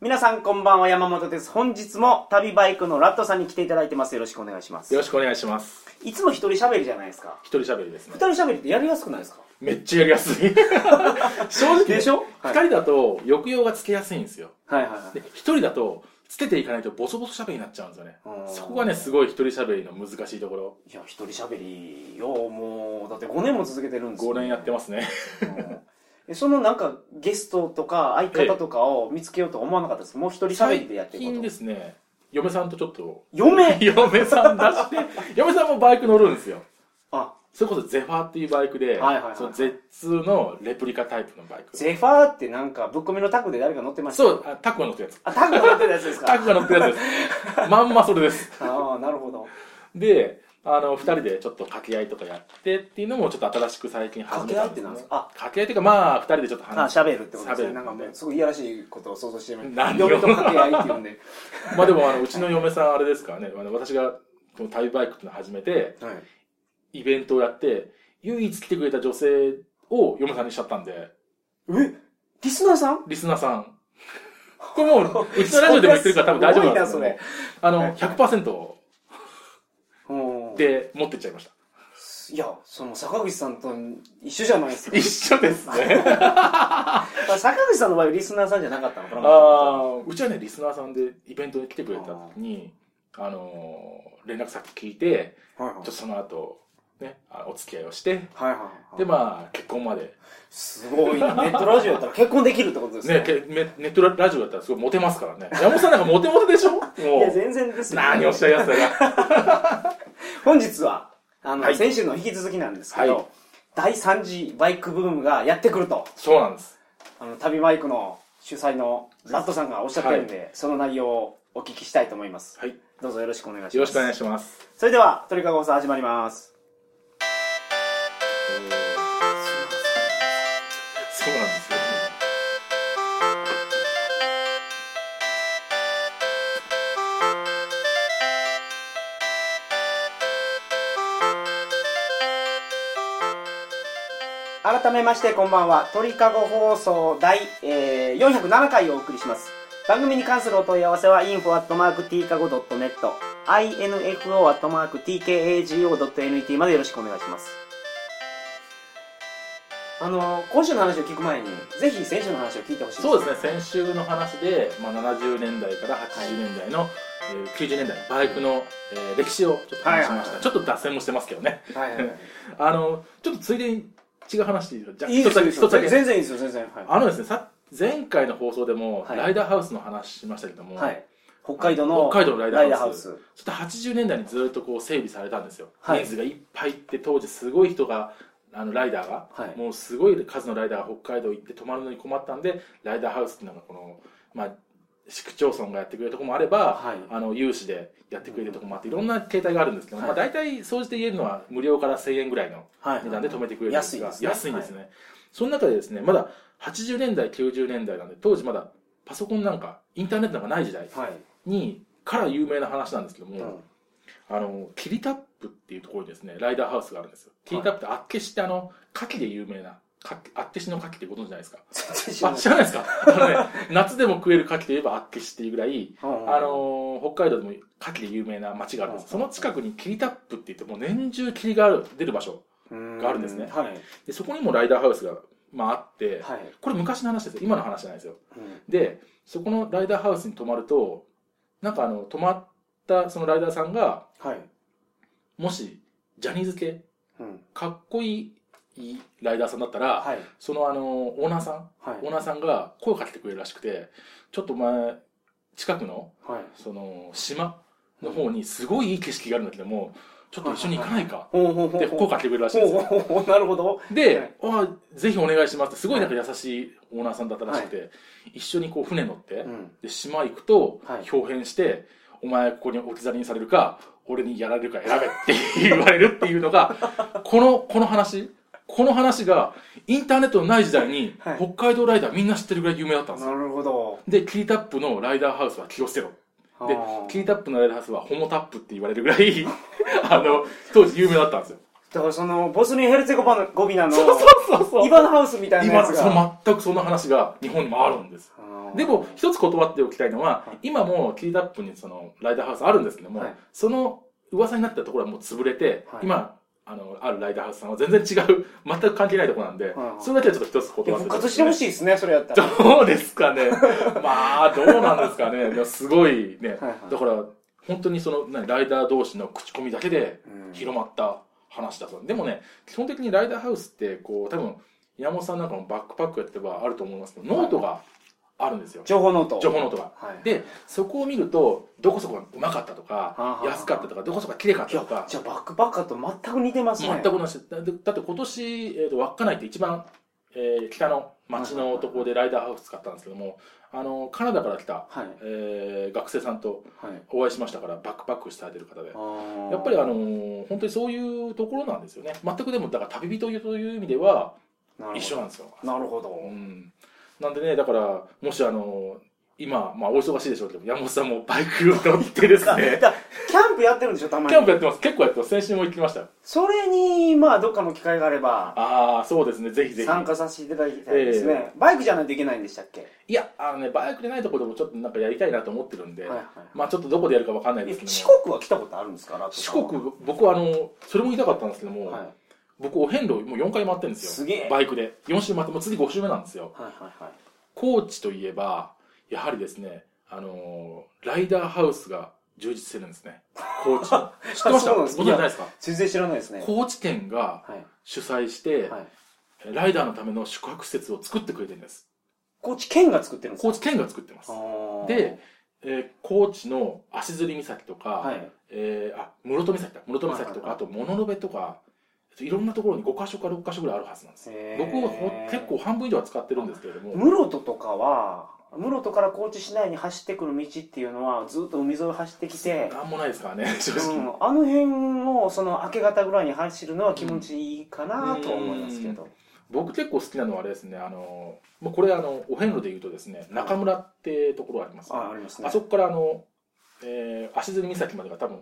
皆さんこんばんは山本です本日も旅バイクのラットさんに来ていただいてますよろしくお願いしますよろしくお願いしますいつも一人喋りじゃないですか一人喋りですね二人喋りってやりやすくないですかめっちゃやりやす い正直ねでしょはい二人だと抑揚がつけやすいんですよはいはいはいで一人だとつけていかないとボソボソ喋りになっちゃうんですよねうんそこがねすごい一人喋りの難しいところいや一人喋りよもうだって5年も続けてるんです5年やってますねす、うんえそのなんかゲストとか相方とかを見つけようとは思わなかったですもう一人喋りでやっていこ最う近とですね嫁さんとちょっと 嫁嫁さん出して嫁さんもバイク乗るんですよあそれこそゼファーっていうバイクで、はいはいはいその Z2 のレプリカタイプのバイクゼファーってなんかぶっ込みのタクで誰か乗ってましたそうあタクが乗ってるやつあタクが乗ってたやつですかタクが乗ってるやつですまんまそれですああなるほどであの2人でちょっと掛け合いとかやってっていうのもちょっと新しく最近始め掛けた合いってなんですかあ掛け合いっていうかまあ2人でちょっとあ話喋るってことです喋ねるなんかもうすごいいやらしいことを想像してる何を嫁と掛け合いっていうんで、まあでもあのうちの嫁さんあれですからねあの私がこの旅バイクっていうのを始めてはい、イベントをやって唯一来てくれた女性を嫁さんにしちゃったんでえリスナーさんリスナーさんこれもううちのラジオでも言ってるから多分大丈夫なんですけど、ね、あごいのなそれ100%うんで持ってっちゃいましたいやその坂口さんと一緒じゃないですか一緒ですねあ坂口さんの場合はリスナーさんじゃなかったのかなあーうちはねリスナーさんでイベントに来てくれた時にあのー連絡先聞いてはいちょっとその後ねあお付き合いをしてはいはいでまあ結婚まで、すごいなネットラジオやったら結婚できるってことです ねねけめネットラジオだったらすごいモテますからね山本さんなんかモテモテでしょもいやう全然ですよ何をおっしゃいやすだ が本日はあの、はい先週の引き続きなんですけど、はい第3次バイクブームがやってくるとそうなんですあの旅バイクの主催のラットさんがおっしゃってるんで、その内容をお聞きしたいと思いますはいどうぞよろしくお願いしますよろしくお願いしますそれでは鳥かご放送始まりますそうなんですよ改めましてこんばんは鳥かご放送第、えー407回をお送りします番組に関するお問い合わせは info.tkago.net info.tkago.net までよろしくお願いしますあの今週の話を聞く前にぜひ先週の話を聞いてほしいそうすですね先週の話で、まあ、70年代から80年代の、えー90年代のバイクの、えー歴史をちょっと話しました、はいはいはいちょっと脱線もしてますけどねはいはいはいあのちょっとついでに違う話でいいですかじゃあいいですよいいで一すよつだけ一つだけ全然いいですよ全然はいあのですねさ前回の放送でも、はいライダーハウスの話しましたけども、はい、北海道の北海道のライダーハウスライダちょっと80年代にずっとこう整備されたんですよ、はい人数がいっぱいいって当時すごい人があのライダーが、はいもうすごい数のライダーが北海道行って泊まるのに困ったんでライダーハウスっていうのがこの、まあ、市区町村がやってくれるとこもあれば、はいあの有志でやってくれるとこもあっていろんな形態があるんですけど、はいまあ、大体総じて言えるのは無料から1000円ぐらいのはい値段で止めてくれるん安すいがですね安いんですね、その中でですねまだ80年代90年代なんで当時まだパソコンなんかインターネットなんかない時代はい、にから有名な話なんですけども、うんあのキリタップっていうところにですねライダーハウスがあるんですよキリタップってあっけしってあの牡蠣で有名なかあっけしの牡蠣ってご存知ないですか全然知らあない知らないですかあの、ね、 夏でも食える牡蠣といえばあっけしっていうぐらい、うんうんあのー北海道でも牡蠣で有名な町があるんです、その近くにキリタップって言ってもう年中霧がある出る場所があるんですねはい、でそこにもライダーハウスが、まあ、あって、はいこれ昔の話ですよ今の話じゃないですようんでそこのライダーハウスに泊まるとなんかあの泊まったそのライダーさんがはいもしジャニーズ系うんかっこいいライダーさんだったら、はいそのあのオーナーさんはいオーナーさんが声かけてくれるらしくてちょっと前近くのはいその島の方にすごいいい景色があるんだけどもちょっと一緒に行かないかほうほうほってうほ声うかけてくれるらしいんですほうよほうほうなるほどで、ああぜひお願いしますってすごいなんか優しいオーナーさんだったらしくて、一緒にこう船乗って、うんで島行くとはい表変して、お前ここに置き去りにされるか俺にやられるか選べって言われるっていうのが このこの話この話がインターネットのない時代に、はい北海道ライダーみんな知ってるぐらい有名だったんですよなるほどでキリタップのライダーハウスは気を捨てろであキーリタップのライダーハウスはホモタップって言われるぐらい あの当時有名だったんですよだからそのボスニア・ヘルツェゴバのゴビナのそうそうそう イバナハウスみたいなや今つそがの全くその話が日本にもあるんですあーあーでも一つ断っておきたいのは、はい今もキーダップにそのライダーハウスあるんですけども、はいその噂になったところはもう潰れて、はい今あのあるライダーハウスさんは全然違う全く関係ないところなんはで、いそれだけはちょっと一ついや断って復活してほしいですねそれやったらどうですかねまあどうなんですかねでもすごいね、はいはいだから本当にその何ライダー同士の口コミだけでうん広まった話だそうでもね基本的にライダーハウスってこう多分山本さんなんかもバックパックやってればあると思いますけどノートがあるんですよ情報ノート情報ノートが。はいでそこを見るとどこそこがうまかったとあかはあ安かったとかどこそこが綺麗かっいたとやかじゃあバックパッカーと全く似てますね全く同じだだだって今年、えー、と稚内って一番、えー北の町のところでライダーハウス使ったんですけどもあのカナダから来た、はいえー学生さんとはいお会いしましたからバックパックされてる方であ。ーやっぱりあのー本当にそういうところなんですよね全くでもだから旅人という意味ではなるほど一緒なんですよなるほどうん、なんでねだからもしあの今、まあ、お忙しいでしょうけど山本さんもバイクを乗ってで すあねだキャンプやってるんでしょたまにキャンプやってます結構やってます先週も行きましたそれにまあどっかの機会があればああそうですねぜひぜひ参加させていただきたいですね、バイクじゃないといけないんでしたっけいやあのねバイクでないところでもちょっとなんかやりたいなと思ってるんで、はいはいまあちょっとどこでやるかわかんないですけど四も国は来たことあるんですかラットさんは四国僕はあのそれも言いたかったんですけども、はい僕お遍路もう4回回ってるんですよすげえバイクで4周回ってもう次5周目なんですよはいはいはい高知といえばやはりですねあのーライダーハウスが充実してるんですね高知知ってました そうなんごです存知ないですか全然知らないですね高知県がはい主催して、はいライダーのための宿泊施設を作ってくれてるんです高知県が作ってるんですか高知県が作ってますあーで、えー高知の足摺岬とか、はいえーあ室戸岬だ室戸岬とか、はいはいはいあと物の部とかいろんなところに5箇所か6箇所ぐらいあるはずなんですよへー僕はほ結構半分以上は使ってるんですけれども室戸とかは室戸から高知市内に走ってくる道っていうのはずっと海沿いを走ってきて、なんもないですからね正う直、ん、あの辺をその明け方ぐらいに走るのは気持ちいいかなとは思いますけど、僕結構好きなのはあれですねあのもうこれあのお遍路で言うとですね中村ってところあります、あありますねあそこからあの、えー足摺岬までが多分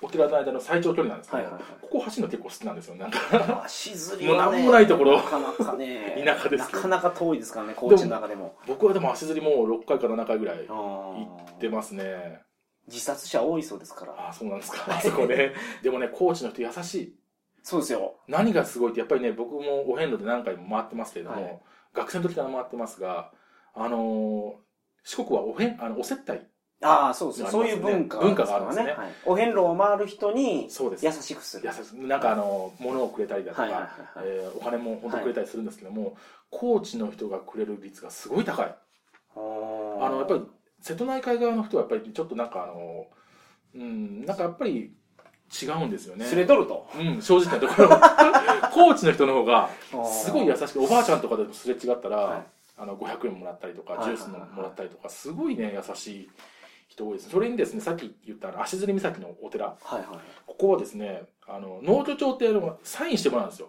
お寺の間の最長距離なんですけど、はいはいはいここ走るの結構好きなんですよなんか足ずりもうは、ね、なんもないところなかなかね田舎ですけどなかなか遠いですからね高知の中でも僕はでも足摺もう6回から7回ぐらい行行ってますね自殺者多いそうですからああそうなんですかあそこねでもね高知の人優しいそうですよ何がすごいってやっぱりね僕もお遍路で何回も回ってますけれども、はい学生の時から回ってますがあのー四国はおへんあのお接待ああそうですよそういうありますね文化文化があるんですねはいお遍路を回る人にそうです優しくする優しいなんかあの物をくれたりだとか、はいはいはいはいえーお金も本当にくれたりするんですけども、高知の人がくれる率がすごい高いあーあのやっぱり瀬戸内海側の人はやっぱりちょっとなんかあのうんなんかやっぱり違うんですよねすれとるとうん、正直なところ 高知の人の方がすごい優ししくおばあちゃんとかでもすれ違ったら、はいあの500円もらったりとかはいジュースももらったりとかすごいね優しい人多いですそれにですねさっき言ったあの足摺岬のお寺はいはいここはですねあの農居帳っていうのがサインしてもらうんですよ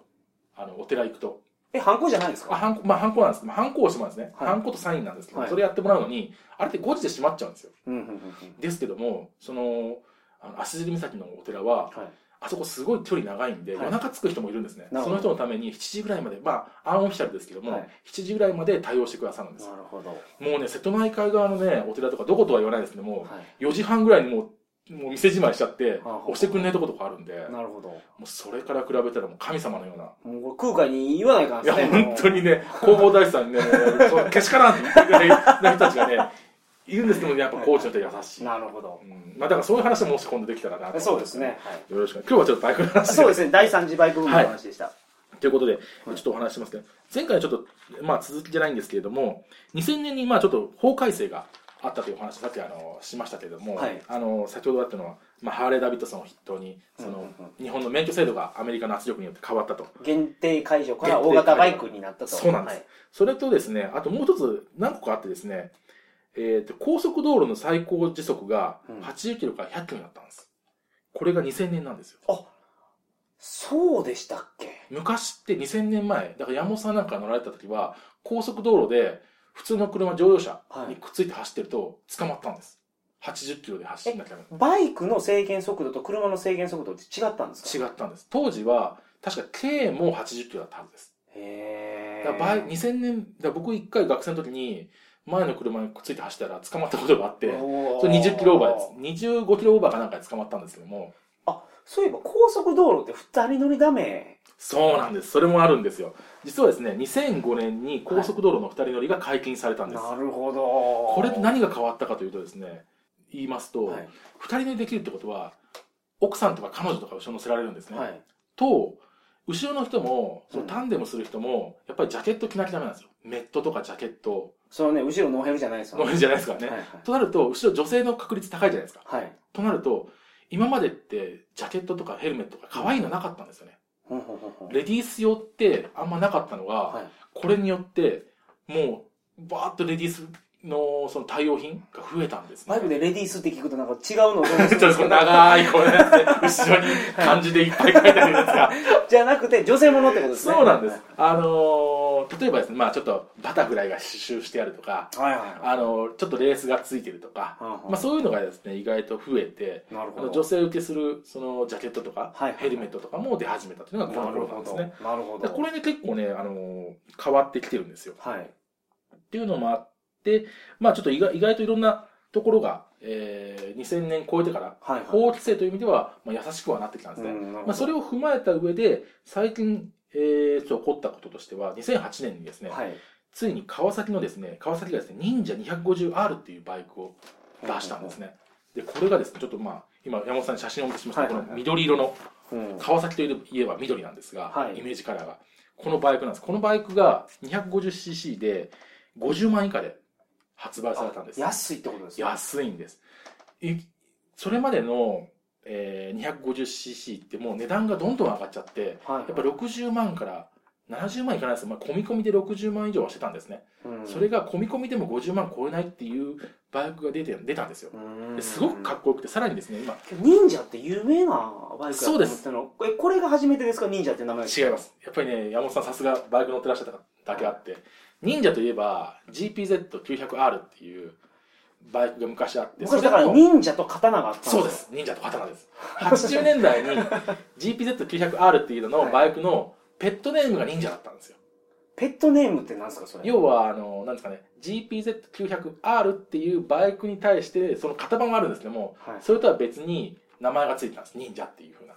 あのお寺行くとえ反抗じゃないですあかハンコまあハンコなんですけどハンコをしてもらうんですね、はいハンコとサインなんですけど、はいそれやってもらうのにあれって5時で閉まっちゃうんですようんうんうんうんですけどもそのあの足摺岬のお寺ははいあそこすごい距離長いんで、はい夜中着く人もいるんですね。そなるほどの人のために7時ぐらいまで、まあ、アンオフィシャルですけども、はい7時ぐらいまで対応してくださるんですよ。なるほどもうね、瀬戸内海側のね、お寺とかどことは言わないですけども、はい4時半ぐらいにもう、もう店じまいしちゃって、あはあ押してくんないとことかあるんで、もなるほどうそれから比べたらもう神様のような。もうこれ空海に言わないかんいや、ねも本う当にね、弘法大師さんにね、もうそうけしからんって言ってくらいな人たちがね、いるんですけども、やっぱ高知の人は優しい。なるほどうん、まあだからそういう話ももし今度できたらなとそうですね。はいよろしく。今日はちょっとバイクの話そうですね第3次バイクブームの話でしたということで、ちょはいっとお話ししますけど、前回はちょっと、まあ、続きじゃないんですけれども、2000年に、まあ、ちょっと法改正があったというお話、さっきあのしましたけれども、はいあの先ほどあったのは、まあ、ハーレー・ダビッドソンを筆頭に、そのうんうん日本の免許制度がアメリカの圧力によって変わったと、限定解除から大型バイクになったとそうなんです、はいそれとですね、あともう一つ、何個かあってですね、えーと高速道路の最高時速がうん80キロから100キロになったんです。これが2000年なんですよ。あそうでしたっけ昔って2000年前だから山本さんなんか乗られた時は高速道路で普通の車乗用車にくっついて走ってると捕まったんです、80キロで走んなきゃダメバイクの制限速度と車の制限速度って違ったんですか違ったんです当時は確か軽も80キロだったはずですへだえからバイ2000年だから僕一回学生の時に前の車について走ったら捕まったことがあっておーそれ20キロオーバーです25キロオーバーかなんかで捕まったんですけどもそういえば高速道路って二人乗りダメそうなんですそれもあるんですよ実はですね2005年に高速道路の2人乗りが解禁されたんです、なるほどこれって何が変わったかというとですね言いますと、はい2人乗りできるってことは奥さんとか彼女とか後ろ乗せられるんですね、はいと後ろの人もそのうんタンデムする人も、やっぱりジャケット着なきゃダメなんですよメットとかジャケットそのね後ろノーヘルじゃないですよ乗るじゃないですかね、はいとなると後ろ女性の確率高いじゃないですかはいはいとなると今までってジャケットとかヘルメットとか可愛いのなかったんですよね、ほんほんほんほんレディース用ってあんまなかったのが、はいこれによってもうバーッとレディースのその対応品が増えたんですねバイクでレディースって聞くとなんか違うのを想像す ちるょんですっとそけのど長いこれ後ろに漢字でいっぱい書いてあるんですがじゃなくて女性ものってことですねそうなんです。あのー例えばですね、まあちょっとバタフライが刺繍してあるとか、はいはいはいあのーちょっとレースがついてるとか、はあまあそういうのがですね、意外と増えて、なるあほのど女性受けするそのジャケットとか、はいはいヘルメットとかも出始めたというのがこの頃なんですね。なるほどなるほでどこれで結構ね、あのー変わってきてるんですよ。はいっていうのもあって、まあちょっと意外意外といろんなところが、えー2000年超えてから、はいはい法規制という意味では、まあ、優しくはなってきたんですね。まあ、それをを踏まえた上で、最近、えー、と起こったこととしては、2008年にですね、はいついに川崎のですね、川崎がですね、忍者 250R っていうバイクを出したんですね。で、これがですね、ちょっとまあ、今、山本さんに写真をお見せしました、はいはいはいこの緑色の、うん川崎といえば緑なんですが、はいイメージカラーが。このバイクなんです。このバイクが 250cc で、50万以下で発売されたんです。安いってことですね安いんです。いそれまでの、えー 250cc ってもう値段がどんどん上がっちゃって、はいやっぱ60万から70万いかないです。まあ、込み込みで60万以上はしてたんですね。うんそれが込み込みでも50万超えないっていうバイクが出て出たんですよ。ですごくかっこよくて、さらにですね、今、忍者って有名なバイクだとそう思でってすたのえこれが初めてですか忍者って名前違います。やっぱりね、山本さんさすがバイク乗ってらっしゃっただけあって、忍者といえば GPZ900R っていうバイクが昔あって、昔それだからの忍者と刀があったんですよそうです。忍者と刀です。80年代に GPZ900R っていうののバイクのペットネームが忍者だったんですよ。ペットネームってなんですかそれ要は、あの、なんですかね、GPZ900R っていうバイクに対して、その型番があるんですけども、はいそれとは別に名前がついてたんです。忍者っていうふうな。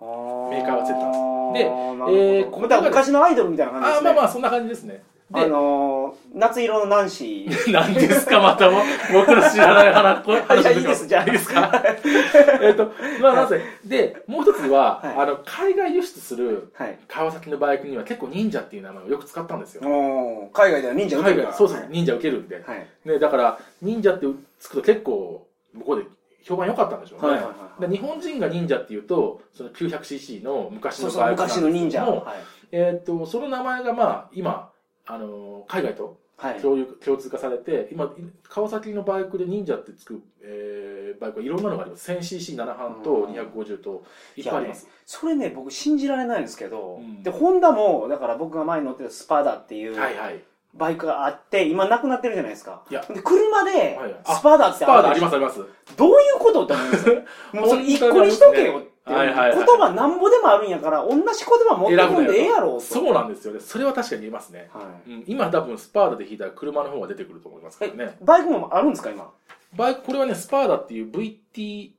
メーカーがついてたんですでええーこだこからが昔のアイドルみたいな感じであすあ、ねまあまあ、そんな感じですね。あで、のー、夏色のナンシー 何ですか、またも。僕の知らない話、これ話いやいいですじゃあいいですか えっと、まあ、なぜ。で、もう一つは、はいあの、海外輸出する、はい川崎のバイクには結構忍者っていう名前をよく使ったんですよ。おー海外では忍者海外、そうそはう、い忍者受けるんで。はいね、だから、忍者ってつくと結構、向こうで評判良かったんでしょうね。はいはいはいで日本人が忍者っていうと、その 900cc の昔そのうそうバイクなん昔ですけのども忍者はいえーっと、その名前がまあ、今、あのー海外とはい共有、共通化されて、今、川崎のバイクで忍者ってつく、えーバイクはいろんなのがあります。1000cc7 班と250と、いっぱいあります。それね僕信じられないんですけど、うんでホンダもだから僕が前に乗ってたスパダっていうはいはい。バイクがあって今なくなってるじゃないですかいやで車ではいはいあスパダっスてパーダるあでりしょますあります。どういうことって思うん ですよもうそれ一個にしとけよっていうはい言はいはい葉なんぼでもあるんやから同じ言葉持ってこんでええやろうとそうなんですよね。それは確かに言えますね。はうん、今多分スパーダで引いたら車の方が出てくると思いますからね。い、バイクもあるんですか今バイク、これはね、スパーダっていう VT、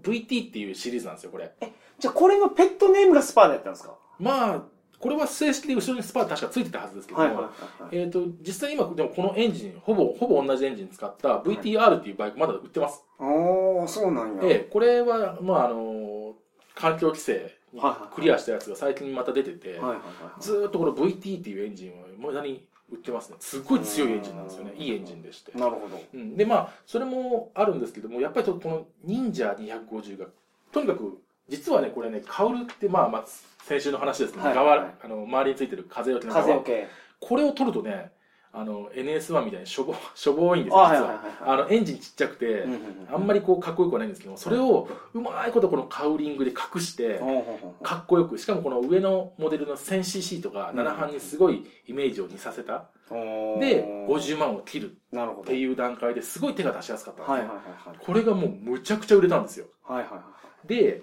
VT っていうシリーズなんですよ、これ。じゃあこれのペットネームがスパーダやったんですかまあ、これは正式で後ろにスパーダ確かついてたはずですけども、はいはいはいはいえっ、と、実際今、でもこのエンジン、ほぼ、ほぼ同じエンジン使った VTR っていうバイクまだ売ってます。おおそうなんやで、これは、まあ、あのー環境規制にはいはいクリアしたやつが最近また出てて、はいはいはいずーっとこの VT っていうエンジンは、もう何売ってますね。すっごい強いエンジンなんですよね。うんいいエンジンでして。なるほどうん、でまあそれもあるんですけどもやっぱりちょっとこの忍者250がとにかく実はねこれねカウルってまあまあ先週の話ですけど、はいガワはいあの周りについてる風よけの風よ側けこれを取るとねあの NS1 みたいにしょぼしょぼいんですよ実あは,、はいはいはいはいあのエンジンちっちゃくて、うんうんうんあんまりこうかっこよくはないんですけどもそれをうまいことこのカウリングで隠してほうほうほうほうかっこよくしかもこの上のモデルの 1000cc とか7班にすごいイメージを似させた、で50万を切るなるほっどていう段階ですごい手が出しやすかったんですね、はいはいはいこれがもうむちゃくちゃ売れたんですよはいはいはいはいで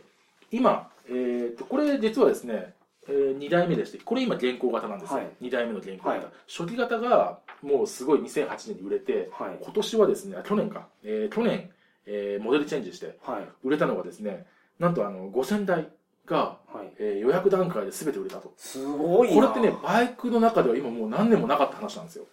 今、えー、とこれ実はですねえー、2代目でしてこれ今現行型なんですね、はい2代目の現行型、はい初期型がもうすごい2008年に売れて、はい今年はですねあ去年か、えー去年、えーモデルチェンジしてはい売れたのがですねなんとあの5000台が、はいえー予約段階で全て売れたとすごいなこれってねバイクの中では今もう何年もなかった話なんですよ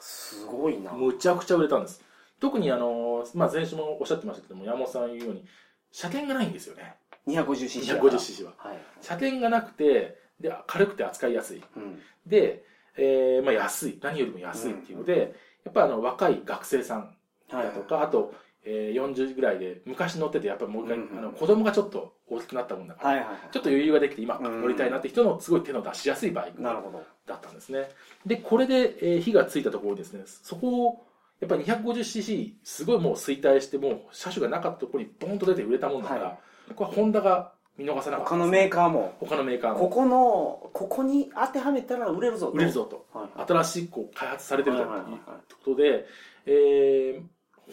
すごいなむちゃくちゃ売れたんです特にあのー、まあ、前週もおっしゃってましたけども山本さん言うように車検がないんですよね 250cc やから 250cc ははい、車検がなくてで軽くて扱いやすいうん、で、えーまあ、安い何よりも安いっていうので、やっぱあの若い学生さんはいだとか、あと、えー、40ぐらいで昔乗っててやっぱりもう一回、うんうんあの子供がちょっと大きくなったもんだから、はいはいはちょっと余裕ができて今うんうん乗りたいなって人のすごい手の出しやすいバイいクなだるほどったんですねでこれで、えー火がついたところですねそこをやっぱ 250cc すごいもう衰退してもう車種がなかったところにボンと出て売れたもんだから、はこれはホンダが見逃さなかった他のメーカーも他のメーカーこもこのここに当てはめたら売れるぞと売れるぞとはいはい新しいこう開発されてるというはいはいはいはいことで、えー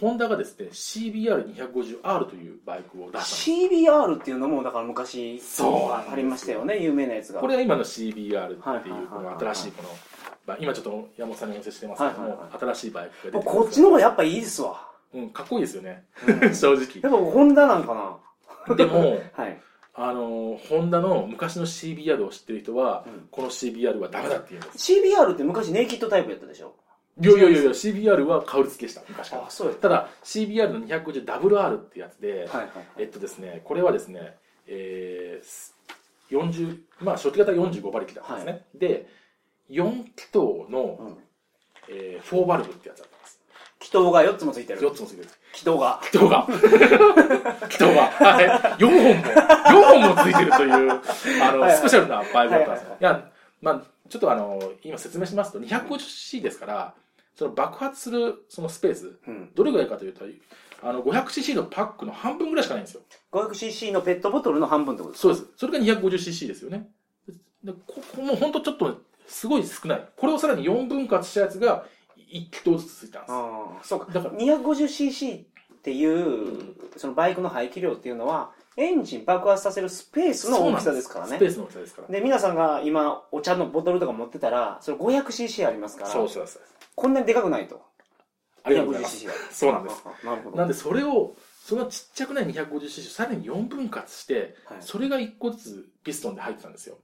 ホンダがですね CBR250R というバイクを出したんです CBR っていうのもだから昔そうなんですよありましたよね有名なやつがこれが今の CBR はいっはていはいいうこの新しいこの、まあ、今ちょっと山本さんにお見せしてますけども、はいはいは新しいバイクもがう出てこっちの方がやっぱいいですわ、うん、かっこいいですよ ねうんやっ正ぱ直ホンダなんかなでもはい、あのーホンダの昔の CBR を知ってる人は、うんこの CBR はダメだって言うんです CBR って昔ネイキッドタイプやったでしょいやいやいやいや CBR はカウル付けした昔からそうやただ CBR の 250WR ってやつで、はいはいえっとですね、これはですね、えーす、40まあ初期型45馬力だったんですね、で4気筒の、うんえー、4バルブってやつだったんです気筒が4つもついてる4つもついてる気筒が気筒が 気筒が、はい、4本も4本もついてるというあの、はいはいスペシャルなバイブだったんですよ、はいいやまあちょっとあの今説明しますと 250C ですからその爆発するそのスペースうんどれぐらいかというとあの 500cc のパックの半分ぐらいしかないんですよ 500cc のペットボトルの半分ってことですそうです。それが 250cc ですよね。でここもうほんとちょっと、すごい少ない。これをさらに4分割したやつが、1気筒ずつついたんです。ああそうかだから 250cc っていう、そのバイクの排気量っていうのはエンジン爆発させるスペースの大きさですからスねペでースの大きさですから。皆さんが今お茶のボトルとか持ってたらそれ 500cc ありますからそうそうそうです。こんなにでかくないとありがとうございます。 250cc がそうなんです。あなるほどなんで、それを、そのちっちゃくない 250cc をさらに4分割して、はいそれが1個ずつピストンで入ってたんですよ。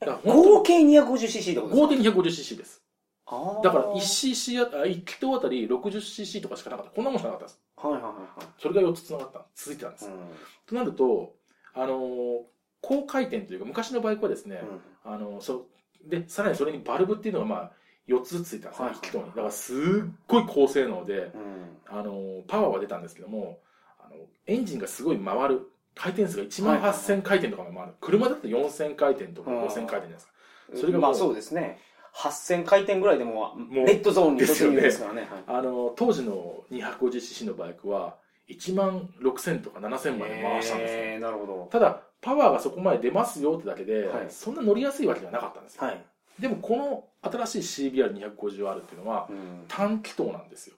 だから合本計 250cc ってこ当とですか合計 250cc です。あーだから 1cc あ、1気筒あたり 60cc とかしかなかった。こんなもんしかなかったんです。はいはいはそれが4つ繋がった。続いてたんですいはい。うんとなると、あのー高回転というか昔のバイクはですね、うんあのーそうでさらにそれにバルブっていうのがまあ4つついたんですねはい1気筒にだからすっごい高性能で、うんあのーパワーは出たんですけどもあのエンジンがすごい回る回転数が1万8000回転とかも回る、車だと4000回転とかうん5000回転じゃないですか、それがもうまあそうですね8000回転ぐらいでももうレッドゾーンに突入ですからねはいあのー当時の 250cc のバイクは1万6000とか7000まで回したんですよ、えーなるほどただパワーがそこまで出ますよってだけで、はいそんな乗りやすいわけではなかったんですよ、はい、でもこの新しい CBR250R っていうのはうん単気筒なんですよ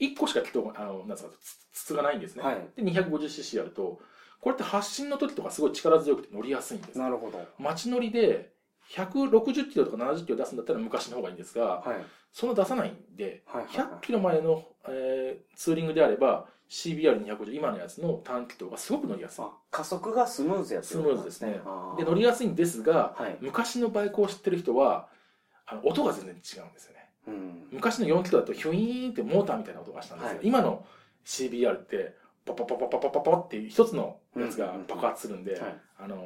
1個しか気筒があのなんですかつ筒がないんですね、はいで 250cc あるとこれって発進の時とかすごい力強くて乗りやすいんですなるほど街乗りで160キロとか70キロ出すんだったら昔の方がいいんですが、はいその出さないんではいはい100キロ前の、えーツーリングであれば CBR250 今のやつの単気筒がすごく乗りやすいあ加速がスムーズやってることなんスムーズですねあーで乗りやすいんですが、はい昔のバイクを知ってる人はあの音が全然違うんですよねうん昔の4キロだとヒュイーンってモーターみたいな音がしたんですよ、はい今の CBR ってパパパパパパパパっていう一つのやつうんがうんうん爆発するんで、はいあのー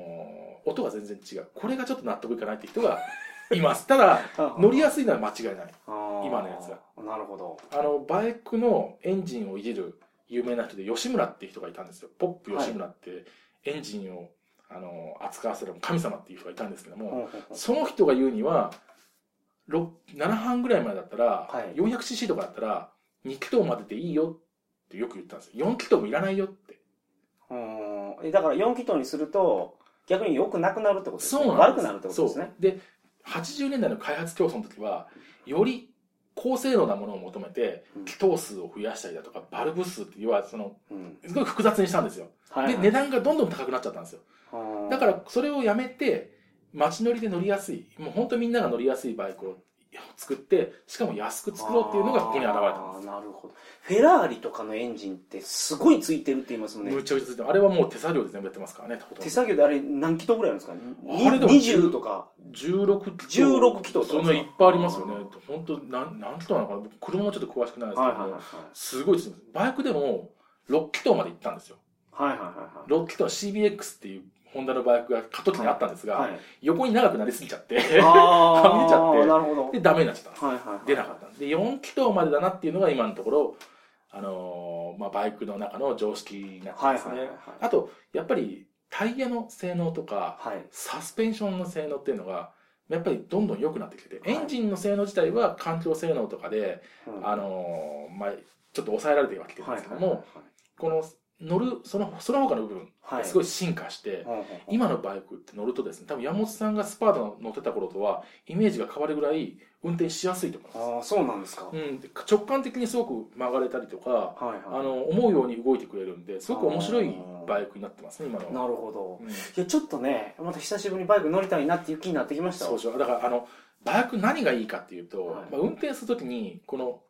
音が全然違うこれがちょっと納得いかないって人がいます ただ乗りやすいのは間違いないあー今のやつがなるほどあのバイクのエンジンをいじる有名な人で吉村っていう人がいたんですよポップ吉村って、エンジンをあのー扱わせる神様っていう人がいたんですけども、ほうほうほうその人が言うには、ろ7半ぐらい前だったら、はい 400cc とかだったら、2気筒まででいいよってよく言ったんですよ。4気筒もいらないよって。うんえだから4気筒にすると逆に良くなくなるってことですね悪くなるってことですねそうで、80年代の開発競争の時は、より高性能なものを求めてうん、気筒数を増やしたりだとか、バルブ数っていうは、その、うんすごい複雑にしたんですよ。はで、い値段がどんどん高くなっちゃったんですよ。だからら、それをやめて、街乗りで乗りやすいもう本当みんなが乗りやすいバイクを作ってしかも安く作ろうっていうのがここに現れたんですあーなるほどフェラーリとかのエンジンってすごいついてるって言いますもんねむちゃくちゃついてるあれはもう手作業で全部やってますからねほとんど手作業であれ何キロぐらいあるんですかねあれでも20とか16キ16キロとかそんないっぱいありますよね本当なん何キロなのかな僕車もちょっと詳しくないですけど、すごいですねバイクでも6気筒まで行ったんですよはいはいは6気筒 CBX っていうホンダのバイクが過渡期にあったんですが、 いはいはいはい横に長くなりすぎち ゃってあーはみ出ちゃってなるほどでダメになっちゃったんです、はいはいはい出なかったんですで4気筒までだなっていうのが今のところ、あのーまあ、バイクの中の常識になってますね、はいはいはいはいあとやっぱりタイヤの性能とかはいサスペンションの性能っていうのがやっぱりどんどん良くなってきてて、はいエンジンの性能自体は環境性能とかで、うんあのーまあ、ちょっと抑えられてはきてるんですけども、この乗るそのその他の部分はいはいすごい進化して、はいはいはい今のバイクって乗るとですね多分山本さんがスパート乗ってた頃とはイメージが変わるぐらい運転しやすいと思いますああそうなんですか、はいうん、で直感的にすごく曲がれたりとか、はいあの思うように動いてくれるんですごく面白いバイクになってますね今のは、なるほどうんいやちょっとねまた久しぶりにバイク乗りたいなっていう気になってきましたそうしようだからあのバイク何がいいかっていうと、はいまあ、運転するときにこの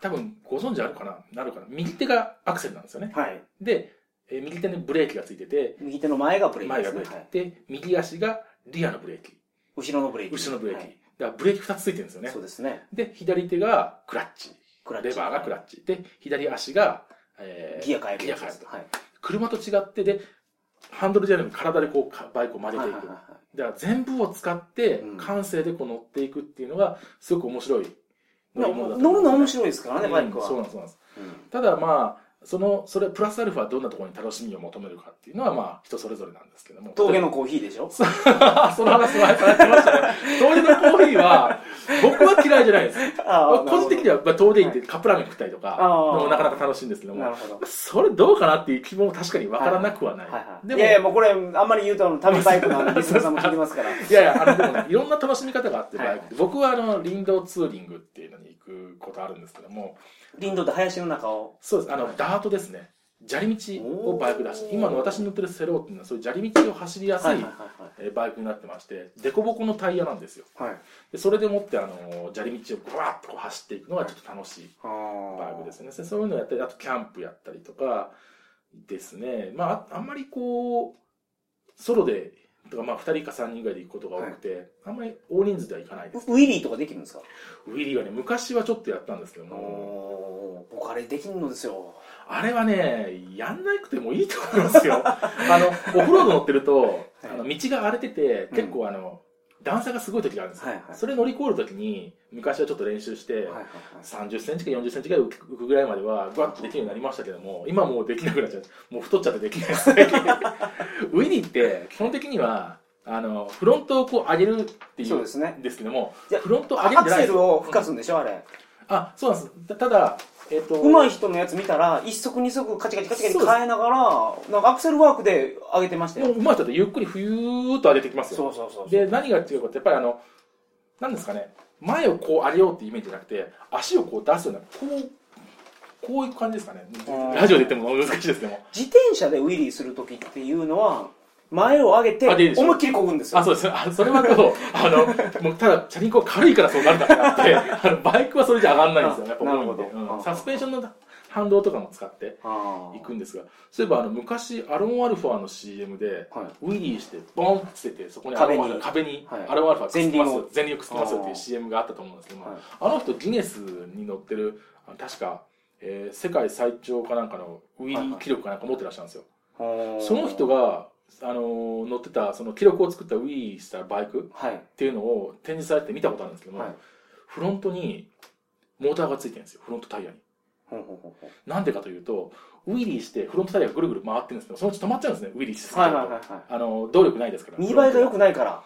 多分ご存知あるかななるかな右手がアクセルなんですよねはいで、えー右手にブレーキがついてて右手の前がブレーキ前でがすブねレーはキ、いで右足がリアのブレーキ後ろのブレーキ後ろのブレーキ、はだからブレーキ2つついてるんですよいねそうですねで左手がクラッチクラッチレバーがクラッチで左足が、えーギア変えるギやアつで変えるすとはい車と違ってでハンドルじゃなくて体でこうかバイクを曲げはていいく、はいはいだから全部を使ってうん感性でこう乗っていくっていうのがすごく面白い乗るの面だと思うんですよ白いですからね、うんバイクは。そうなんんですそうなんですただまあそのそれプラスアルファどんなところに楽しみを求めるかっていうのはまあ人それぞれなんですけども峠のコーヒーでしょあその話前からやってましたね。峠のコーヒー は、僕は嫌いじゃないです。あ個人的には。は、まあ、峠行ってカップラーメン食ったりとか、あーでもなかなか楽しいんですけどなも、るほど。それどうかなっていう気も確かにわからなくはない。はいはい。でいも、やいや、もうこれ、あんまり言うと、あの旅バイクのあのリスナーさんも聞いてます から。いやいや、あの、でもね、いろんな楽しみ方があって、はいバイクで僕はあの、林道ツーリングっていうのに行くことあるんですけども、林道って林の中を。そうです、あの、はいダートですね。砂利道をバイク出しおて、ー今の私に乗ってるセローっていうのは、そういう砂利道を走りやすい、はいはいはえーバイクになってまして、凸凹のタイヤなんですよ。いはい。はい。でそれでもってあの砂利道をぐわーっとこう走っていくのがちょっと楽しいバあ。イクですすねでそういうのやったりあとキャンプやったりとかですねまあああんまりこうソロでとかまあ2人か3人ぐらいで行くことが多くて、あんまり大人数では行かないですウィリーとかできるんですかウィリーはね昔はちょっとやったんですけどもおー僕あれできんのですよ。あれはねやんなくてもいいと思いま すよあのオフロード乗ってると、あの道が荒れてて結構あの、段差がすごい時があるんですよ、はいはいそれ乗り越える時に昔はちょっと練習して、はいはいはい。 30センチか40センチぐらい浮くぐらいまではぐわっとできるようになりましたけども今もうできなくなっちゃうもう太っちゃってできないですね ウィニーって基本的にはあのフロントをこう上げるっていそううですねんですけどもいやフロントを上げるアんクじゃなセいですルを吹かすんでしょあれ。あそうなんですたただえっ、と上手い人のやつ見たら、一足二足カチカチカチカチ変えながら、なんかアクセルワークで上げてましたもよ。うまい人ってゆっくりふゆーっと上げてきますよそうそうそう。で何が違うかってやっぱりあの何ですかね前をこう上げようってイメージじゃなくて足をこう出すようなこうこういく感じですかねうんラジオで言っても難しいですけども自転車でウィリーする時っていうのは前を上げて上げるでしょ思いっきりこぐんですよあ、そうです。あそれ はこう、あの、もうただ、チャリンコは軽いからそうなるだけであ って、あのバイクはそれじゃ上がんないんですよね、やっぱ重いんでなるほどうんサスペンションの反動とかも使ってあいーくんですが、そういえば、あの、昔、アロンアルファの CM で、はいウィリーして、ボンって捨てて、そこにアロンアルファ、壁に、はいアロンアルファくっつけ前輪ますよを、前輪をくっつけますよっていあーう CM があったと思うんですけども、はいあの人、ギネスに乗ってる、あの確か、えー世界最長かなんかのウィリー記録かなんか持ってらっしゃるんですよ。その人が、あのー乗ってた、その記録を作ったウィーしたバイクはいっていうのを展示されて見たことあるんですけども、はいフロントにモーターがついてるんですよ、フロントタイヤに。ほうほうほうほなんでかというと、ウィリーしてフロントタイヤがぐるぐる回ってるんですけど、そのうち止まっちゃうんですね、ウィリーしすぎうちゃはういと。はいはいはいあのー動力ないですから。見栄えが良くないから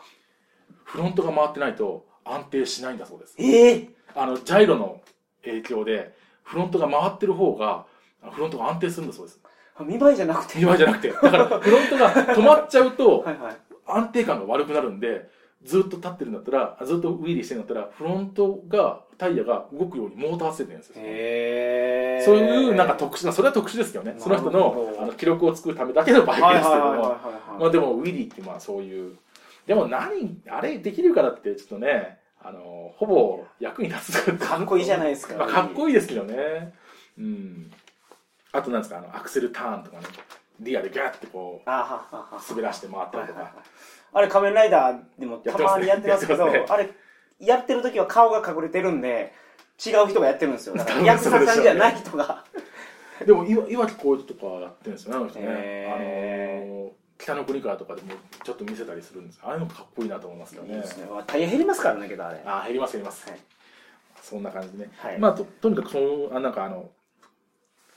フロントが回ってないと安定しないんだそうです。ええあの、ジャイロの影響で、フロントが回ってる方が、フロントが安定するんだそうです。見栄えじゃなくて見栄えじゃなくて。だから、フロントが止まっちゃうと、はいはい安定感が悪くなるんで、ずっと立ってるんだったら、あずっとウィリーしてるんだったら、フロントが、タイヤが動くようにモーターつけてるんですよ。へえそういうなんか特殊な、それは特殊ですけどね。その人なるほのどあの記録を作るためだけのバイクはいはですいけはいはいども。はいまはあでも、ウィリーってまあそういうでも何、あれできるからって、ちょっとね、あの、ほぼ役に立つかっこいいじゃないですかまあ、かっこいいですけどね。うん。あとなんですか、あの、アクセルターンとかね、リアでギャーってこあう、ははは滑らして回ったりとはいはいはいか。あれ仮面ライダーでもたまにややっっててまますすけねど、やってますねあれやってる時は顔が隠れてるんで違う人がやってるんです よだから多役分者さんじゃないそ人が、でも、岩岩城浩二とかやってるんですよね、あの人ね。へあの、北の国からとかでもちょっと見せたりするんですよああいうのかっこいいなと思いますけどいいね。ですねまあ大変減りますからねけどあれあー減ります減ります、はいそんな感じでね、はいまあととにかくそのあなんかあの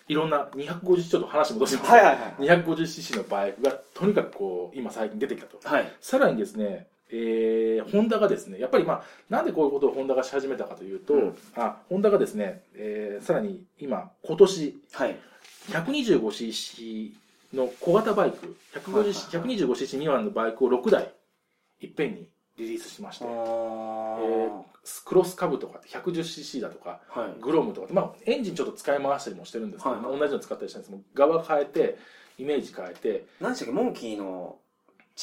いろんな250ちょっと話戻します、はいはいはい 250cc のバイクがとにかくこう今最近出てきたとはいさらにですねえーホンダがですねやっぱりまあなんでこういうことをホンダがし始めたかというと、うんあホンダがですね、えーさらに今今年はい、 125cc の小型バイク150はいはいはい 125cc 未満のバイクを6台いっぺんにリリースしまして、あえークロスカブとかって 110cc だとかーはいグロムとかって、まあ、エンジンちょっと使い回したりもしてるんですけど、はいはい同じの使ったりしたんですけど側変えてイメージ変えて、何でしたっけモンキーの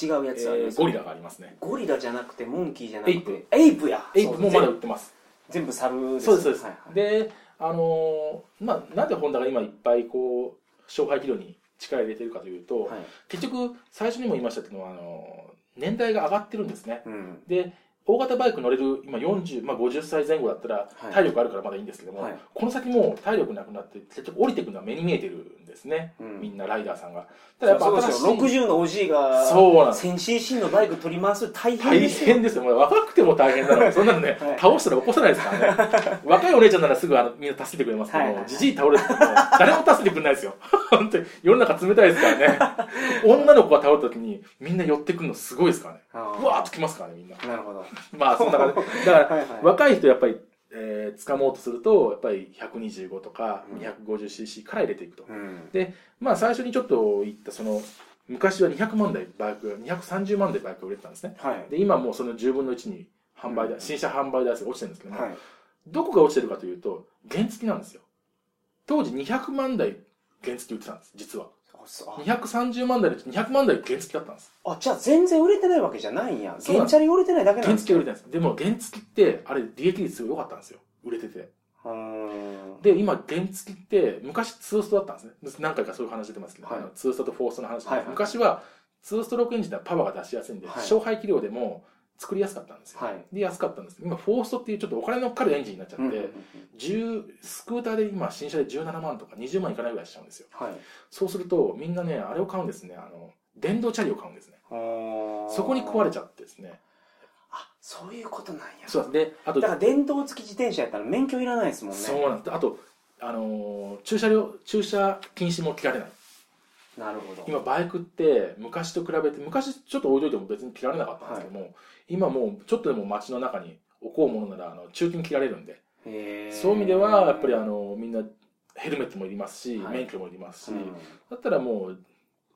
違うやえつありますーゴリラがありますねゴリラじゃなくてモンキーじゃなくてエイプエイプやエイプもまだそ売っうてます全部猿ですそうですそうです、はいはいであのーまあなんでホンダが今いっぱいこう勝敗企業に力入れてるかというと、はい結局最初にも言いましたけどあのー年代が上がってるんですねうんで大型バイク乗れる今40、まあ、50歳前後だったらい体力あるからまだいいんですけども、はいこの先もう体力なくなって結局降りていくのは目に見えてるんですね、うんみんなライダーさんがただやっぱそうですよ新しい60のおじいがそうなんです 1000cc のバイク取り回す大変で大すよ変ですよもう若くても大変なのにそんなのね、はい倒したら起こさないですか らね若いお姉ちゃんならすぐあのみんな助けてくれますけはどいはいはいじじい倒れても誰も助けてくれないですよ本当に世の中冷たいで すからね女の子が倒れた時にみんな寄ってくるのすごいですからねあうわーっと来ますからねみんなーなるほどまあそんな感じだかはらいはい若い人やっぱり、えー、掴もうとするとやっぱり125とかうん 250cc から入れていくと、うんまあ最初にちょっと言ったその昔は200万台バイクが230万台バイクが売れてたんですねはいで今もうその10分の1に販売台、うん新車販売台数が落ちてるんですけども、はいどこが落ちてるかというと原付なんですよ当時200万台原付売ってたんです実はあそうあ230万台のうち200万台原付だったんですあじゃあ全然売れてないわけじゃないんやそうな原んですチャリ売れてないだけなん原です付売れてないんですでも原付ってあれ利益率すごい良かったんですよ売れててうーんで今原付って昔ツーストだったんですね何回かそういう話出てますけど、はいあのツーストとフォーストの話、はいはい昔はツーストロックエンジンではパワーが出しやすいんで、はい勝敗器量でも作りやすかったんですよ、はいで安かったんです今フォーストっていうちょっとお金のかかるエンジンになっちゃって、うんうんうん10スクーターで今新車で17万とか20万いかないぐらいしちゃうんですよはいそうするとみんなねあれを買うんですねあの電動チャリを買うんですねそこに壊れゃちゃってですねあそういうことなんやそうであとだから電動付き自転車やったら免許いらないですもんねそうなんですあとあのー駐車料駐車禁止も切られないなるほど今バイクって昔と比べて昔ちょっと置いといても別に切られなかったんですけども、今もうちょっとでも街の中に置こうものならあの中金切られるんで、へーそういう意味ではやっぱりあのみんなヘルメットもいりますし、はい免許もいりますし、うんだったらもう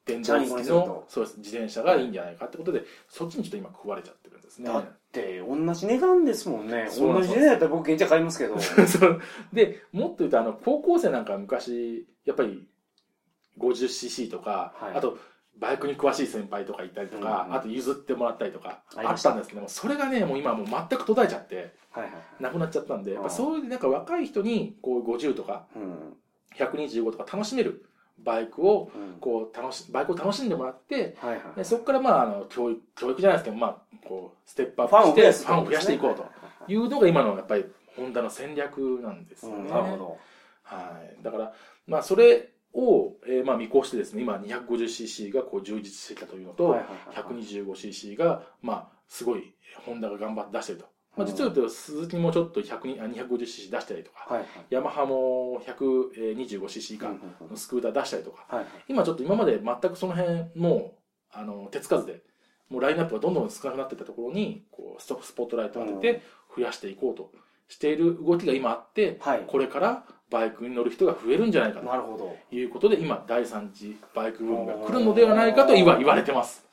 電動チャリンコ付にきするのとそうです自転車がいいんじゃないかってことで、そっちにちょっと今食われちゃってるんですね。だって同じ値段ですもんねそうな同んですじ値段やったら僕原チャリ買いますけど そうでもっと言うとあの高校生なんか昔やっぱり 50cc とか、はいあとバイクに詳しい先輩とかいたりとか、うんうんあと譲ってもらったりとかありあまっしたたんですけどもそれがねもう今もう全く途絶えちゃってはいはいはいなくなっちゃったんでやっぱあーそういうなんか若い人にこう50とかうん125とか楽しめるバイクをうんこう楽しバイクを楽しんでもらってはいはいでそこからまああの教育教育じゃないですけど、まあ、こうステップアファンッをプ増やしてすファンを増やしていこうというのが今のやっぱりホンダの戦略なんですようね。んなるほどはい、だから、まあ、それを、えーまあ、見越してですね今 250cc がこう充実してきたというのと、はいはいはいはい 125cc が、まあ、すごいホンダが頑張って出してると、まうんあ、実は言うと鈴木もちょっと100にあ 250cc 出したりとか、はいはいヤマハも 125cc 以うんう下んうんのスクーター出したりとか、はいはい今ちょっと今まで全くその辺もうあの手つかずでもうラインナップがどんどん少なくなっていったところにこうストスポットライトを当てて増やしていこうとしている動きが今あって、はいこれからバイクに乗る人が増えるんじゃないかなるほどということで今第3次バイクブームが来るのではないかと今言われてます。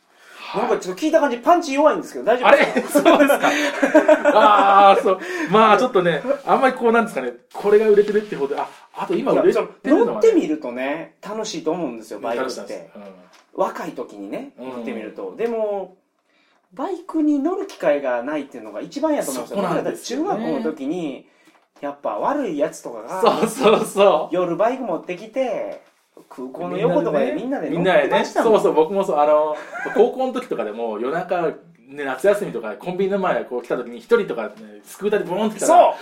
なんかちょっと聞いた感じパンチ弱いんですけど大丈夫あ れそうですか。 ああ、そう。まあちょっとね、あんまりこうなんですかね、これが売れてるってほど、あ、あと今売れいてやるの乗は、ってね、みるとね楽しいと思うんですよバイク楽しっさでてす若い時にねうん乗ってみるとでもバイクに乗る機会がないっていうのが一番やと思うんですよ。そこ僕ならんだっでてす中よね学校の時に、やっぱ悪いやつとかが、そうそうそう夜バイク持ってきて、空港の横とかでみんなでみ乗んっなでてねましたもん。そうそう僕もそうあの高校の時とかでも夜中、ね、夏休みとかでコンビニの前こう来た時に一人とか、ね、スクーターでボーンって来たら「お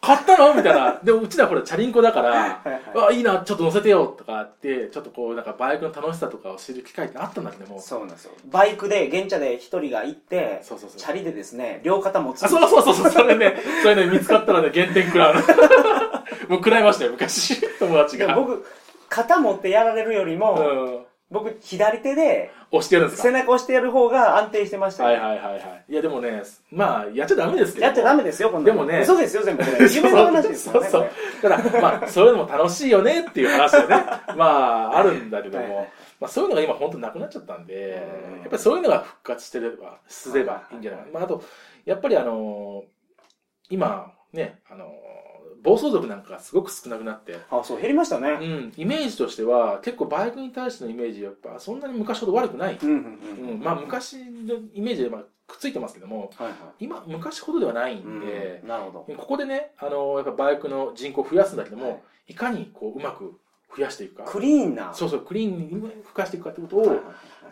買ったの?」みた いなでもうちらほらチャリンコだから「はいはいあいいなちょっと乗せてよ」とかってちょっとこうなんかバイクの楽しさとかを知る機会ってあったんだけどもそうなんですよ。バイクで、現地で一人が行って、そうそうそうチャリでですね、両肩持つ。あそうそうそうそうそれねそれね見つかったらね減点食らう のもう食らいましたよ昔友達でが、僕、肩持ってやられるよりも、うん、僕、左手で押してるんですか背中押してやる方が安定してましたよはいはいはいはいいやでもねまあやっちゃダメですけどやっちゃダメですよ、こんなのでもね嘘ですよ、 全部これ。夢の話ですよね。そうそうそうだからまあそういうのも楽しいよねっていう話でね まああるんだけどはいはも、まあ、そういうのが今本当なくなっちゃったんでうんやっぱりそういうのが復活してればすればいいんじゃないかな、まあ、あとやっぱりあのー今ねあのー暴走族なんかがすごく少なくなって、あ、そう、減りましたうね。ん、イメージとしては結構バイクに対してのイメージやっぱそんなに昔ほど悪くない、うん、うん、ううんん。まあ、昔のイメージでまあくっついてますけどもはいは今昔ほどではないい。んで、うんなるほど。ここでね、あのやっぱバイクの人口を増やすんだけども、はいい、かにこううまく増やしていくか、クリーンな。そうそう、クリーンに増やしていくかってことはいはいを、はい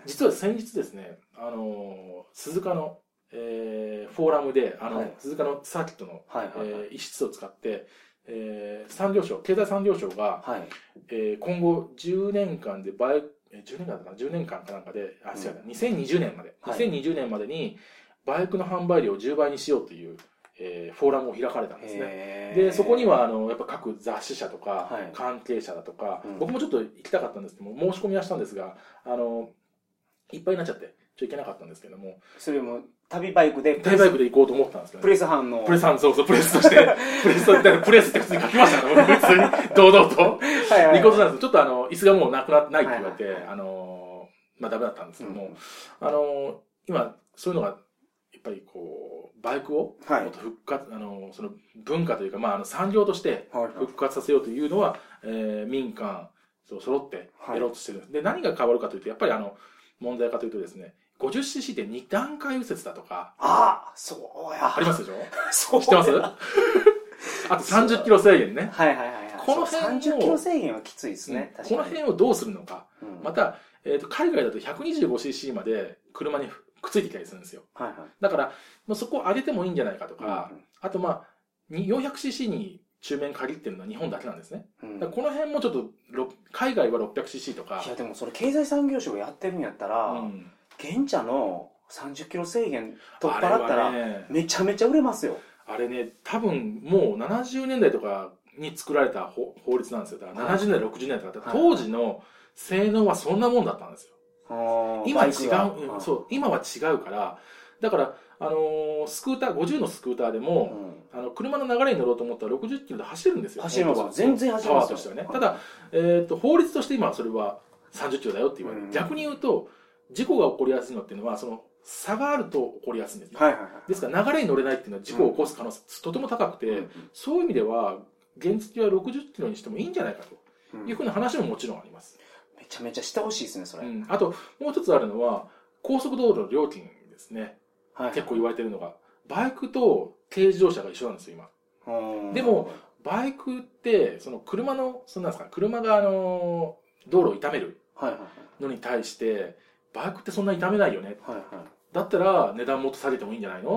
実は先日ですね、あの鈴鹿の、えーフォーラムで、あのはい鈴鹿のサーキットの、はいえはいはい。ー一室を使って、えー産業省、経済産業省が、はい。えー今後10年間でバイク、えー10年間だな、10年間かなんかで、あ、うん違うな、2020年まで、はい2020年までに、バイクの販売量を10倍にしようという、えーフォーラムを開かれたんですね。へーでそこに、はあのやっぱ各雑誌社とかはい関係者だとか、うん僕もちょっと行きたかったんですけども申し込みはしたんですがあのいっぱいになっちゃってちょっと行けなかったんですけどもそれも、旅バイクで、大バイクで行こうと思ったんですけどプね、レス班の。プレスそうそうプレスとしてプレスとしてプレスって普通に書きましたから僕普通に堂々とはいはい行こうとしたんですけどちょっとあの椅子がもうなくなないって言われて、はいはいはいあのまあダメだったんですけども、うんあの今そういうのがやっぱりこうバイクをはいもっと復活、あのその文化というか、まあ、あの産業としてはいはい復活させようというのは、えー民間そう揃ってはいやろうとしてるんです、で何が変わるかというとやっぱりあの問題かというとですね 50cc って2段階右折だとかあ、そうや。ありますでしょそうや。知って ますはあと3 0キロ制限ねいはいはいはい。この辺をそう30キロ制限はきついですね。うん確このかに。辺をどうするのかうんまた、えー、と海外だと 125cc まで車にくっついてきたりするんですよはいはい。だから、まあ、そこを上げてもいいんじゃないかとか、うんあとまあに 400cc に中面限ってるのは日本だけなんですねうんだからこの辺もちょっとろ海外は 600cc とかいやでもそれ経済産業省やってるんやったら、うん現茶の30キロ制限取っあれ払ったはらねめちゃめちゃ売れますよあれね多分もう70年代とかに作られた法法律なんですよだからはい70年代、60年代とかだからはい当時の性能はそんなもんだったんですよ今違う、うんそう今は違うからだから、あのースクーター50のスクーターでうも、んあの車の流れに乗ろうと思ったら60キロで走るんですよ走ります本当は全然走りますよパワーとしてはねただ、えー、と法律として今はそれは30キロだよって言われる、うん逆に言うと事故が起こりやすいのっていうのはその差があると起こりやすいんですね、はいはいはいですから流れに乗れないっていうのは事故を起こす可能性、とても高くて、うんそういう意味では原付は60キロにしてもいいんじゃないかとうんいうふうな話ももちろんあります、めちゃめちゃしてほしいですねそれ、うんあともう一つあるのは高速道路の料金ですねはい結構言われてるのがバイクと軽自動車が一緒なんですよ今うんでもバイクってその車のそんなんですか車があの道路を傷めるはいはいのに対してバイクってそんな傷めないよねはいはいはいだったら値段もっと下げてもいいんじゃないの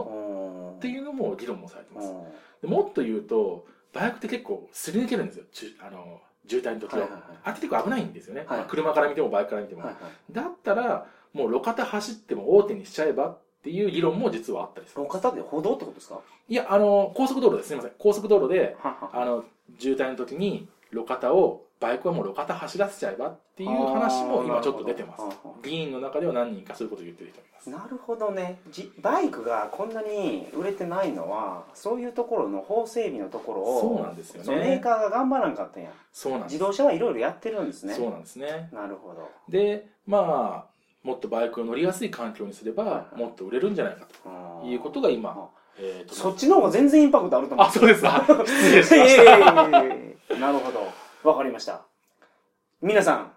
うんっていうのも議論もされてますうんはでもっと言うとバイクって結構すり抜けるんですよちゅあの渋滞の時は、いはいはいあれって結構危ないんですよね、はいまあ車から見てもバイクから見ても、はいはいだったらもう路肩走っても大手にしちゃえばっていう議論も実はあったりする路肩で歩道ってことですかはいやあの高速道路ですすいません高速道路ではあの渋滞の時に路肩をバイクはもう路肩走らせちゃえばっていう話も今ちょっと出てまあーなるすほど議員の中では何人かそういうことを言ってる人いますいなるほどねじバイクがこんなに売れてないのはそういうところの法整備のところをそうなんですよそのメーねカーが頑張らんかったんやそうなんで自す動車はいろいろやってるんですねそうなんですねなるほど、でまあもっとバイクを乗りやすい環境にすればもっと売れるんじゃないかうんということが今、えーとそっちの方が全然インパクトあると思うあそうですか失礼しいまやいしやたいやいや なるほどわかりました皆さん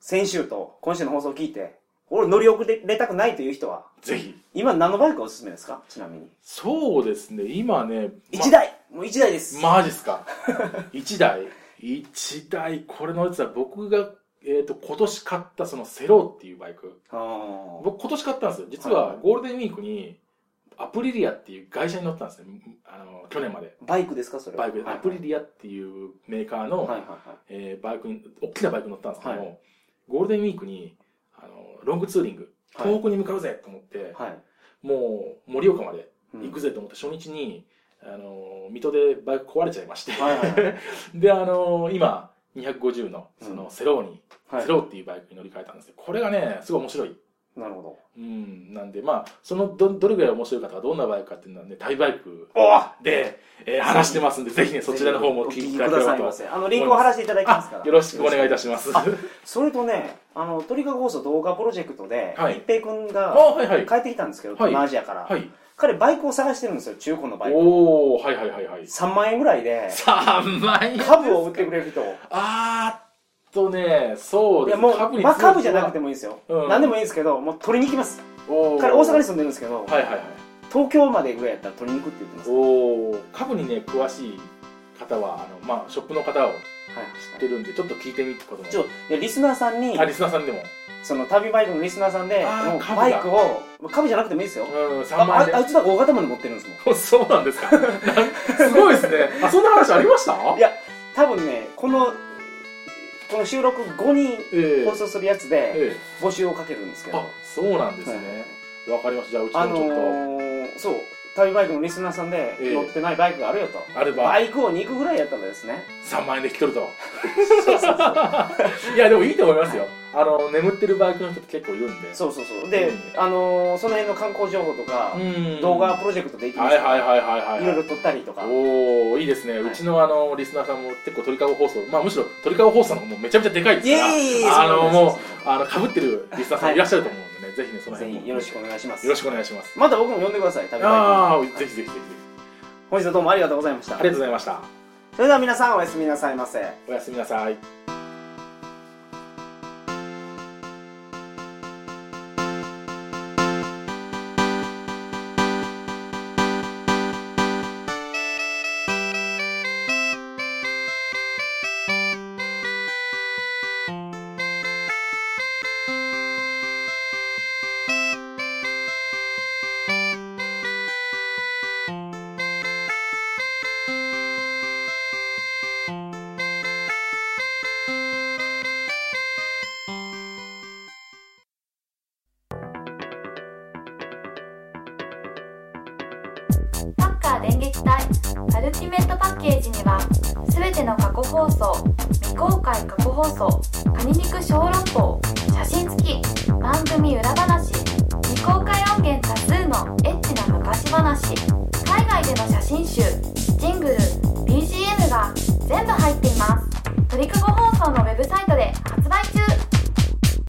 先週と今週の放送を聞いて俺乗り遅れたくないという人は、ぜひ。今何のバイクがおすすめですかちなみに。そうですね、今ね、 1台もう1台です。マジっすか。1台。1台、これのやつは僕が、えっ、と、今年買ったそのセローっていうバイク。あー僕今年買ったんですよ。実はいははゴールデンウィークに、アプリリアっていう会社に乗ってたんですね。あの、去年まで。バイクですかそれはバイクで。はいアプリリアっていうメーカーの、はいはいはい。えーバイクに、大きなバイクに乗ったんですけども、はゴールデンウィークに、あの、ロングツーリング、はい東北に向かうぜと思って、はい。もう盛岡までうん行くぜと思って、初日に、あの、水戸でバイク壊れちゃいまして、はいはいは で、あの、今、250の、うんその、セローに、はいセ。ローっていうバイクに乗り換えたんですけど、これがね、すごい面白い。なるほど。うん、なんで、まあ、そのど、どれぐらい面白いかとか、どんなバイクかっていうのはね、タイバイクおーで、えー話してますんで、ぜひね、そちらの方もお聞聞いきてくいただけだれさばいまと。せ。あの、リンクを貼らせていただきますかあら。よろしくお願いいたします。あ、それとね、あの、トリガー放送動画プロジェクトで、はい一平くんがはいはい。帰ってきたんですけど、はい東南アジアから、はい。彼バイクを探してるんですよ、中古のバイク。おおはいはいはいはい。 3万円ぐらいで、 3万円株を売ってくれる人。あーっとね、そういでやすも株う、にまあ、通知は株じゃなくてもいいですよ。うん何でもいいんですけど、もう取りに行きます。おー彼大阪に住んでるんですけど、はいはいはい。東京までぐらいやったら取りに行くって言ってます。はおお株にね、詳しい方は、あの、まあ、ショップの方をい知ってるんで、ちょっと聞いてみることも。一応、でリスナーさんにあ、、リスナーさんでも。その旅バイクのリスナーさんで、あーもう株だバイクを、株じゃなくてもいいですよ。うん、あ3万円でああいつだから大型まで持ってるんですもん。お そうなんですか。 すごいですね。あ、そんな話ありましたいや多分ねこのこの収録後にええ放送するやつでえ募集をかけるんですけえど、あ、そうなんですね。わ、かりました。じゃあ、うちあでものちょっと、ー、そう旅バイクのリスナーさんでええ乗ってないバイクがあるよと、あればバ、イクを2個ぐらいやったらですね3万円で引き取ると。そうそうそういや、でもいいと思いますよ。あの、眠ってるバイクの人って結構いるんで。そうそうそうで、うんあのー、その辺の観光情報とか、うん動画はプロジェクトできいまはすいから、はいはいはいいろいろはい。撮ったりとかおおいいですね、はいうちのあのリスナーさんも結構鳥かご放送まあむしろ鳥かご放送の方もめちゃめちゃでかいですイエからーイあのもうそあのかぶってるリスナーさんいらっしゃると思うんでね、ぜひねそのうです辺ねもぜひよろしくお願いしますよろしくお願いしますまた僕も呼んでください旅バあイあクぜにひぜひぜひぜひ本日はどうもありがとうございましあたりがとうございましたそれでは皆さんおやすみなさいませおやすみなさいサッカー電撃隊アルティメットパッケージには全ての過去放送未公開過去放送カニ肉小籠包写真付き番組裏話未公開音源多数のエッチな昔話海外での写真集ジングル BGM が